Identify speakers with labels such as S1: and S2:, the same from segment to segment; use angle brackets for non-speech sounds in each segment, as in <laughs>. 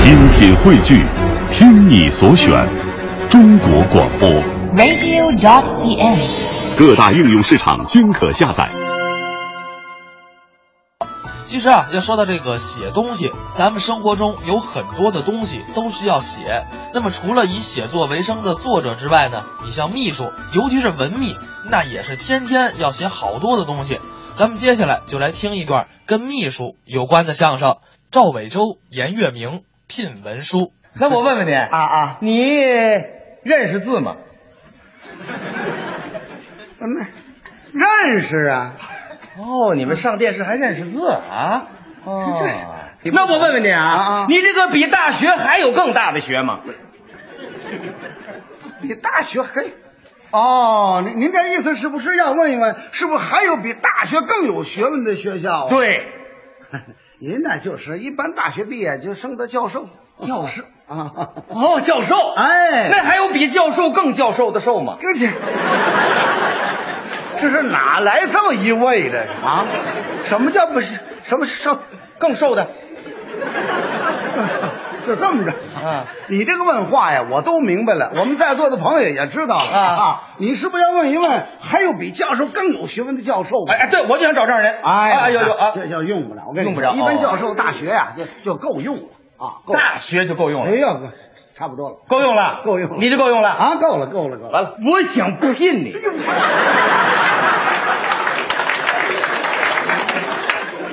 S1: 精品汇聚，听你所选，中国广播。
S2: radio.cn。
S1: 各大应用市场均可下载。
S3: 其实啊，要说到这个写东西，咱们生活中有很多的东西都需要写。那么除了以写作为生的作者之外呢，你像秘书，尤其是文秘，那也是天天要写好多的东西。咱们接下来就来听一段跟秘书有关的相声，赵伟洲、严月明聘文书。
S4: <laughs> 那我问问你
S5: 啊
S4: 啊，
S5: 啊，
S4: 你认识字吗？
S5: 嗯，认识啊，
S4: 哦，你们上电视还认识字啊？
S5: <laughs>
S4: 哦，那我问问你啊，
S5: 啊啊
S4: 你这个比大学还有更大的学吗？
S5: 比大学还有。哦，您您这意思是不是要问一问，是不是还有比大学更有学问的学校、啊？，
S4: 对，
S5: 您那就是一般大学毕业就升到教授。
S4: 教授
S5: 啊，
S4: 哦，教授，
S5: 哎
S4: 那还有比教授更教授的授吗？
S5: 这这这是哪来这么一位的啊？什么叫不是什么受？
S4: 更瘦的，
S5: <laughs> 就这么着
S4: 啊？
S5: 你这个问话呀，我都明白了，我们在座的朋友也知道了
S4: 啊
S5: 你是不是要问一问，还有比教授更有学问的教授吗？
S4: 哎哎，对，我就想找这样人，
S5: 哎
S4: 啊有有啊，
S5: 这要用不了，我跟你
S4: 用不着
S5: 一般
S4: 哦
S5: 教授大学呀、就就够用了啊，够了。
S4: 大学就够用
S5: 哎
S4: 了，
S5: 呀，差不多了
S4: 够用了，
S5: 够用了
S4: 你就够用了。
S5: 啊，哎够了，够了，够了。
S4: 完了，我想聘你，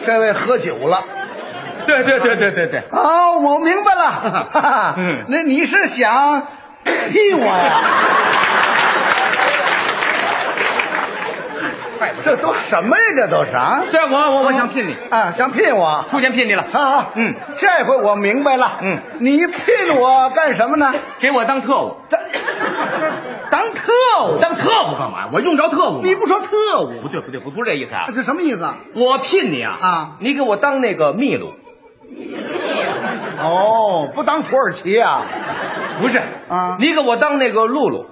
S5: 这位喝酒了
S4: 对对对对对对。
S5: 啊，我明白了，哈哈
S4: 嗯
S5: 那你是想屁我呀？哎这都什么呀？这都是啊！
S4: 对，我我我想聘你，
S5: 啊，想聘我？
S4: 出钱聘你了，
S5: 啊，
S4: 嗯，
S5: 这回我明白了，
S4: 嗯，
S5: 你聘我干什么呢？
S4: 给我当特务，
S5: 当当特务？
S4: 当特务干嘛？我用着特务吗
S5: 你不说特务
S4: 不
S5: 吗？
S4: 对不对不不是这意思啊，
S5: 这什么意思啊？
S4: 我聘你啊
S5: 啊
S4: 你给我当那个秘鲁，
S5: 哦，不当土耳其啊？
S4: 不是
S5: 啊
S4: 你给我当那个露露，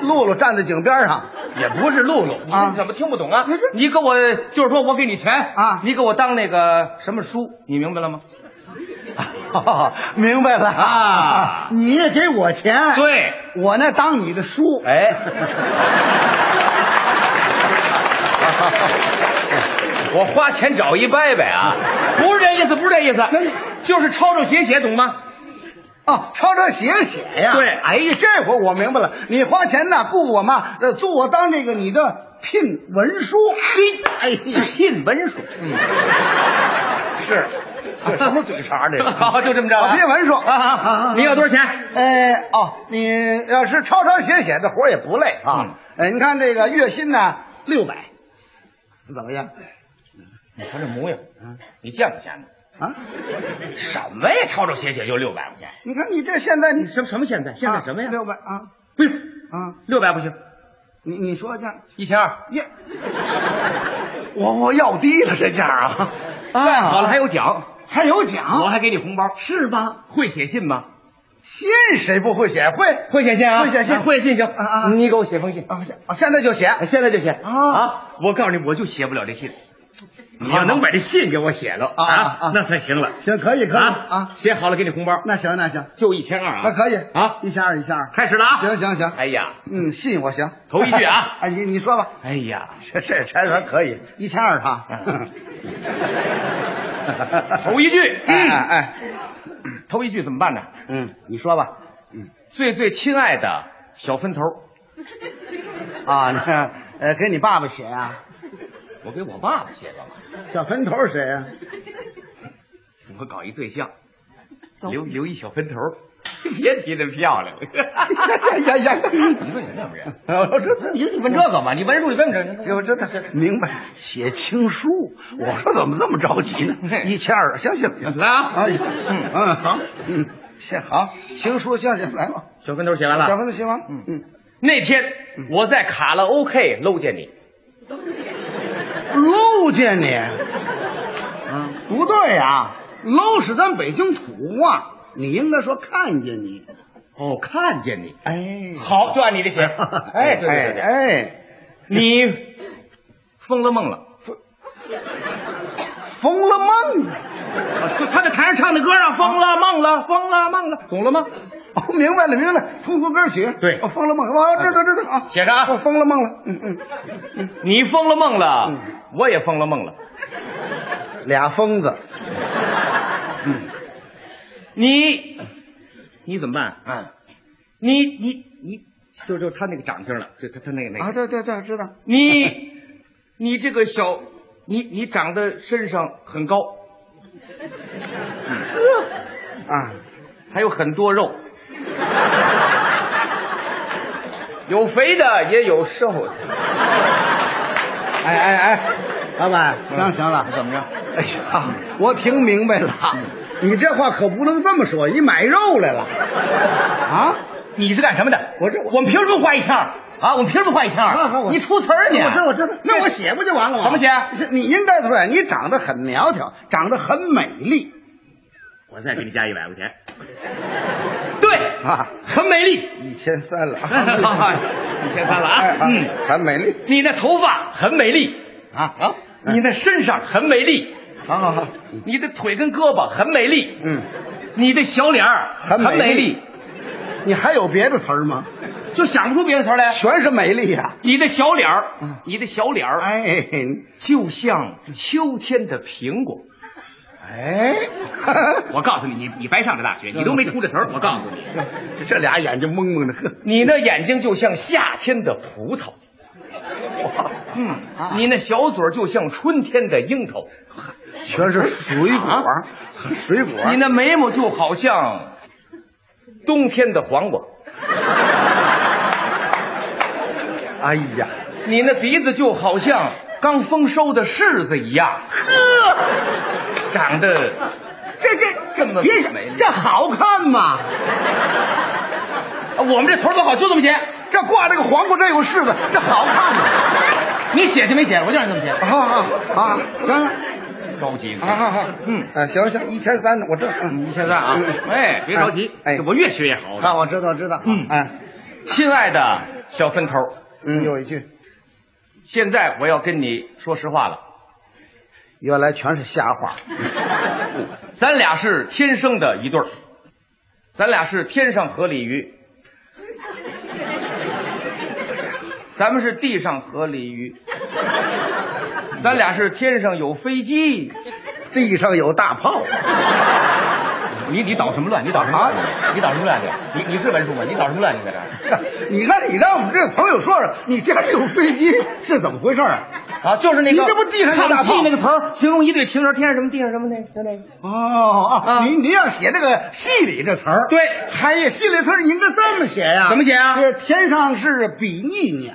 S5: 露露站在井边上，
S4: 也不是露露，
S5: 啊
S4: 你怎么听不懂啊
S5: 不是？
S4: 你给我就是说我给你钱
S5: 啊
S4: 你给我当那个什么书，你明白
S5: <laughs>
S4: 了吗？
S5: 明白了
S4: 啊
S5: 你也给我钱，，
S4: 对，
S5: <laughs> 我那当你的书，
S4: 哎。我花钱找一伯伯啊，
S5: <laughs>
S4: 不是这意思，不是这意思，就是抄抄写写，懂吗？
S5: 哦，抄抄写写呀，
S4: 对
S5: 哎呀，这回我明白了，你花钱呐，雇我嘛，呃，雇我当这个你的聘文书，嘿，哎呀，
S4: 信文书，
S5: 是，啊什么嘴茬哦这个？
S4: <laughs> 好，就这么着了。
S5: 我聘文书
S4: 啊啊啊！你要多少钱？
S5: 哎哦，你要是抄抄写写的活儿也不累
S4: 嗯
S5: 啊。哎，你看这个月薪呢，六百，怎么样？
S4: 你瞧这模样，
S5: 嗯
S4: 你见过钱吗？
S5: 啊？
S4: 什么呀？抄抄写写就六百块钱？
S5: 你看你这现在你
S4: 什么什么现在？现在什么呀？
S5: 六百啊
S4: 不是
S5: 啊！
S4: 六百不行，
S5: 你你说价
S4: 一千二。
S5: 耶？ <laughs> 我我要低了这价啊！
S4: 办好了还有奖，
S5: 还有
S4: 我
S5: 奖，
S4: 还给你红包，是吧？会写信吗？
S5: 信谁不会写？会
S4: 会写信啊？
S5: 会写信
S4: 啊会写信行
S5: 啊啊啊
S4: 你给我写封信，
S5: 啊！写啊现在就写。
S4: 现在就写
S5: 啊
S4: 啊！我告诉你，我就写不了这信。你要能把这信给我写了
S5: 啊啊啊
S4: 那才行了。
S5: 行，可以可以
S4: 啊，
S5: 啊！
S4: 写好了给你红包，
S5: 那行那行，
S4: 就一千二
S5: 那
S4: 啊。
S5: 可以
S4: 啊
S5: 一千二一千二，
S4: 开始了啊！
S5: 行行行，
S4: 哎呀，
S5: 嗯，信我行。
S4: 头一句啊
S5: <laughs> 哎，你你说吧。
S4: 哎呀，
S5: 这这柴员可以，嗯一千二哈。
S4: 头一句，
S5: 哎
S4: 嗯，
S5: 哎，
S4: 头一句怎么办呢？
S5: 嗯，你说吧。
S4: 最最亲爱的小分头，
S5: 啊， <laughs> 那呃，给你爸爸写啊。
S4: 我给我爸爸写干嘛？
S5: 小分头是谁啊呀？
S4: 我搞一对象，留留一小分头， <laughs> 别提那漂 <laughs> 亮。
S5: 哎呀呀！
S4: 你问人那不人？
S5: 我这这
S4: 你你哦问这干嘛？你文书你问这
S5: 哎，我真的是明白，写情书。我说怎么这么着急呢？一千二，行行行，
S4: 来啊
S5: 哎
S4: 嗯
S5: 嗯，好，嗯，写好，情书，行行，来吧。
S4: 小分头写完
S5: 小
S4: 了。
S5: 分头写完，嗯，
S4: 那天我在卡拉 OK 搂见你，
S5: 搂见你，
S4: 嗯
S5: 不对啊，搂是咱北京土话，你应该说看见你。
S4: 哦，看见你， <laughs>
S5: 哎，
S4: 好，就按你的写。嗯哎，对对对对，
S5: 哎，
S4: 你疯了梦了，
S5: 疯了梦了！
S4: 他在台上唱的歌啊，疯了梦了，疯了梦了，懂了吗？
S5: 哦，明白了，明白了，通俗歌曲。
S4: 对
S5: 哦疯了梦了，哦，这这这这啊，
S4: 写着啊
S5: 我疯了梦了，嗯嗯，
S4: 你疯了梦了，我也疯了梦了。
S5: 俩疯子，
S4: 你你怎么办？啊，你你你，就就他那个长相了，就他他那个那个
S5: 啊，对对对，知道，
S4: 你你这个小，你你长得身上很高，
S5: 啊，
S4: 还有很多肉，有肥的也有瘦的。
S5: 哎哎哎，老板，行行了，
S4: 嗯怎么着？嗯
S5: 哎呀，我听明白了，你这话可不能这么说，你买肉
S4: <laughs>
S5: 来了啊？
S4: 你是干什么的？
S5: 我这我
S4: 我们凭什么画一腔啊？我们凭什么画一腔？
S5: 啊好我
S4: 你出词儿你？
S5: 我知道，我知道，那我写不就完了吗？
S4: 怎么写
S5: 是你应该出来，你长得很苗条，长得很美丽
S4: 我再给你加一百块钱。对，
S5: 啊，
S4: 很美丽。
S5: 一千三 <laughs> 了，
S4: 一千三了啊
S5: 哎
S4: 嗯
S5: 很美丽
S4: 你那头发很美丽，
S5: 啊啊，
S4: 你嗯那身上很美丽，
S5: 好好好，
S4: 你的腿跟胳膊很美丽，
S5: 嗯，
S4: 你的小脸儿
S5: 很美
S4: 很美
S5: 丽
S4: 丽，
S5: 你还有别的词儿吗？
S4: 就想不出别的词儿来。
S5: 全是美丽呀、
S4: 你的小脸儿，你的小脸儿
S5: 哎
S4: 就像秋天的苹果。 <laughs>
S5: 哎，
S4: 我告诉你，你你白上这大学，你都没出这词儿。我告诉
S5: 嗯
S4: 你，
S5: <laughs> 这俩眼睛蒙蒙的， <laughs> 呵，
S4: 你那眼睛就像夏天的葡萄，
S5: 啊
S4: 嗯，你那小嘴儿就像春天的樱桃，
S5: 全是水果，
S4: 啊
S5: <laughs> 水果，
S4: 你那眉毛就好像冬天的黄瓜，
S5: <laughs> 哎呀，
S4: 你那鼻子就好像刚丰收的柿子一样，呵，长得
S5: 这这
S4: 这么
S5: 别
S4: 美丽
S5: 这好看
S4: 啊
S5: 吗？
S4: 我们这词儿多好，就这么写。
S5: 这挂这个黄瓜，这有柿子，这好看吗？
S4: 你写就没写，我就让你这么写。
S5: 啊啊啊！行了，
S4: 着急
S5: 啊好好，
S4: 嗯
S5: 哎，行行，一千三的，我知道，嗯，一千
S4: 现在啊，哎，别着急，
S5: 哎，
S4: 我越学越好。
S5: 啊，我知道，知道，
S4: 嗯
S5: 哎，
S4: 亲爱的小分头，
S5: 嗯，又一句，
S4: 现在我要跟你说实 <laughs> 话了，
S5: 原来全是瞎话，
S4: 咱俩是天生的一对儿，咱俩是天上河鲤鱼，咱们是地上河鲤鱼，咱俩是天上有飞机。
S5: 地上有大炮，
S4: 你你捣什么乱？你捣什么乱？你捣什么乱去？你你是文书吗？你捣什么乱？你在这儿
S5: <laughs> 你看，你让我们这个朋友说说，你家里有飞机是怎么回事啊？
S4: 啊，就是那个，
S5: 你这不地上有大炮
S4: 看戏那个词儿，形容一对情人，天上什么，地上什么那个，就那个。
S5: 哦啊，
S4: 啊
S5: 您您要写这个戏里这词儿，
S4: 对
S5: 哎呀，戏里词儿你应该这么写呀？
S4: 怎么写啊
S5: 这天上是比翼鸟，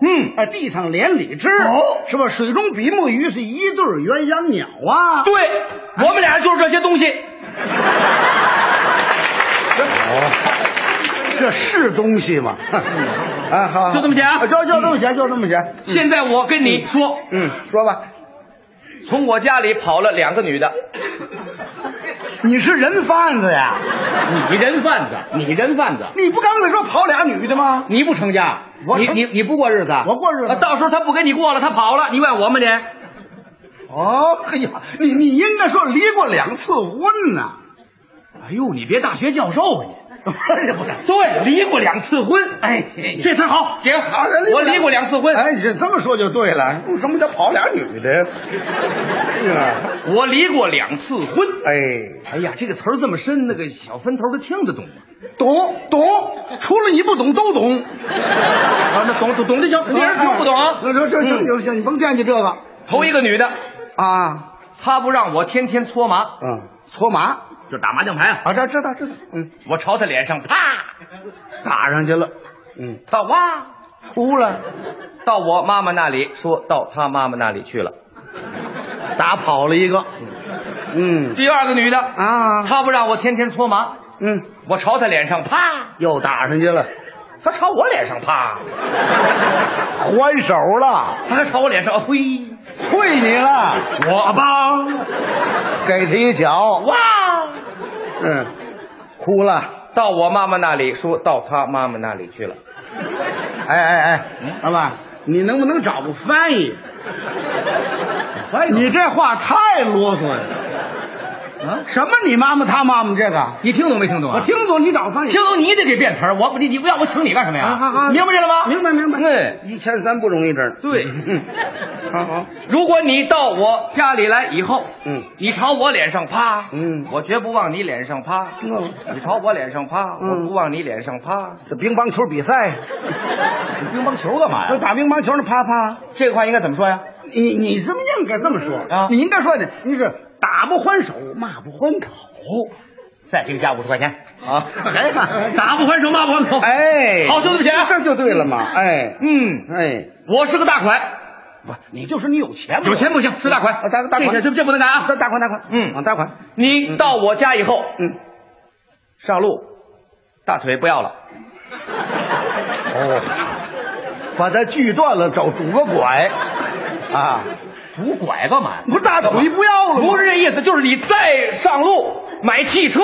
S4: 嗯
S5: 哎，地上连理枝，
S4: 哦
S5: 是吧？水中比目鱼是一对儿鸳鸯鸟啊。
S4: 对，我们俩就是这些东西。
S5: 这是东西吗？ <laughs> 啊，好，好
S4: 就这么写啊
S5: 就就这么写，就这么写。
S4: 现在我跟你说，
S5: 嗯，说吧，
S4: 从我家里跑了两个女的，
S5: <laughs> 你是人贩子呀？
S4: 你人贩子，你人贩子，
S5: 你不刚才说跑俩女的吗？
S4: 你不成家，
S5: 我
S4: 你
S5: 成
S4: 你你不过日子，
S5: 我过日子
S4: 啊到时候他不跟你过了，他跑了，你怨我吗你？
S5: 哦，哎呀，你你应该说离过两次婚呢。
S4: 哎呦，你别大学教授啊你！
S5: 哎呀，不是。
S4: 对，离过两次婚，哎，这词儿好，行，好 <laughs> 我离过两次婚，
S5: 哎，你这么说就对了，为什么叫跑俩女的呀？哎呀，
S4: 我离过两次婚。
S5: 哎，
S4: 哎呀，这个词儿这么深，那个小分头的听得懂啊吗？
S5: 懂懂，除了你不懂都懂。
S4: 啊，那懂懂懂就行，
S5: 哎
S4: 别人听不懂啊。
S5: 行行行行行，你甭惦记这个
S4: 头一个女的，
S5: 啊，
S4: 她不让我天天搓麻，
S5: 嗯，搓麻
S4: 就打麻将牌啊。
S5: 啊，这知道知道，嗯，
S4: 我朝她脸上啪，
S5: 打上去了，嗯，
S4: 到哇哭了，到我妈妈那里说到她妈妈那里去了。
S5: 打跑了一个，嗯
S4: 第二个女的，
S5: 啊，
S4: 她不让我天天搓麻，
S5: 嗯，
S4: 我朝她脸上啪，
S5: 又打上去了，
S4: 她朝我脸上啪，
S5: 还手了，
S4: 她还朝我脸上挥，
S5: 啐你了，
S4: 我吧
S5: 给他一脚，
S4: 哇。
S5: 嗯，哭了，
S4: 到我妈妈那里说到她妈妈那里去了。
S5: 哎哎哎，老板，你能不能找个翻译？
S4: 哎
S5: 你这话太啰嗦了。
S4: 啊
S5: 什么你妈妈他妈妈这个，
S4: 你听懂没听懂啊？
S5: 我听懂你找翻译
S4: 听。懂你得给变词儿，我不你你不要我请你干什么呀？
S5: 啊啊啊
S4: 明白这了吗？
S5: 明白明白，
S4: 哎，
S5: 一千三不容易这儿。
S4: 对
S5: 嗯，好
S4: <laughs>
S5: 好，
S4: 如果你到我家里来以后，
S5: 嗯，
S4: 你朝我脸上趴，
S5: 嗯
S4: 我绝不往你脸上趴，
S5: 嗯
S4: 你朝我脸上趴，
S5: 嗯
S4: 我不往你脸上趴。
S5: 这乒乓球比赛，
S4: 你乒乓球干嘛
S5: 就？打乒乓球的啪啪，
S4: 这个话应该怎么说呀？
S5: 你你这么应该这么说
S4: 啊
S5: 你应该说呢，你是打不还手，骂不还口。
S4: 再给你加五十块钱啊！
S5: 哎呀
S4: 打不还手，骂不还口。
S5: 哎，
S4: 好就这么写
S5: 这就对了嘛。哎，
S4: 啊嗯，
S5: 哎，
S4: 我是个大款，
S5: 不，你就说你有钱嘛，
S4: 有钱不行，是大款
S5: 啊，大大款
S4: 这这这不能干啊！
S5: 大大款大款，
S4: 嗯
S5: 啊，大款，
S4: 你到我家以后，
S5: 嗯，
S4: 上路，大腿不要了，
S5: 把它锯断了，找拄个拐，啊，
S4: 拄拐干嘛呀？
S5: 不是大腿不要了吗？
S4: 不是这意思，就是你再上路买汽车，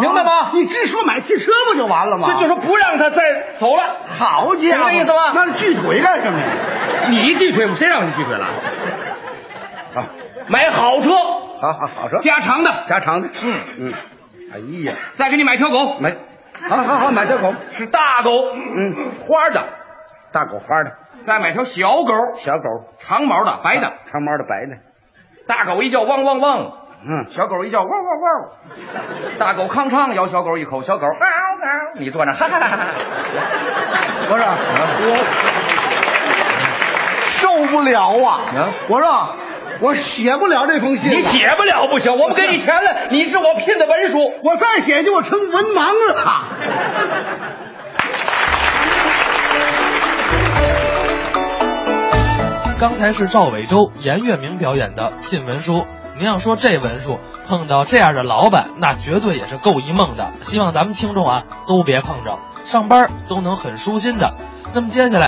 S4: 明白吗？
S5: 你直说买汽车不就完了吗？
S4: 这就说不让他再走了。
S5: 好家伙，
S4: 明白意思吗
S5: 那锯腿干什么呀？
S4: 你一锯腿，谁让你锯腿了？
S5: 啊，
S4: 买好车，
S5: 好好好说，
S4: 加长的，
S5: 家常的，
S4: 嗯
S5: 嗯，哎呀，
S4: 再给你买条狗，
S5: 买，好好好，买条狗，
S4: 是大狗，
S5: 嗯，
S4: 花的，
S5: 大狗花的，
S4: 再买条小狗，
S5: 小狗
S4: 长毛的，白的。
S5: 长毛的白的，
S4: 大狗一叫汪汪汪，
S5: 嗯，
S4: 小狗一叫汪汪汪，大狗康昌咬小狗一口，小狗嗷嗷，你坐那哈哈哈哈。
S5: 不是我受不了啊
S4: 啊！
S5: 我说我写不了这封信了，
S4: 你写不了不行，我们给你钱了，你是我聘的文书。
S5: 我再写就我成文盲了。
S3: 刚才是赵伟洲、严月明表演的《信文书》。您要说这文书碰到这样的老板，那绝对也是够一梦的。希望咱们听众啊都别碰着，上班都能很舒心的。那么接下来。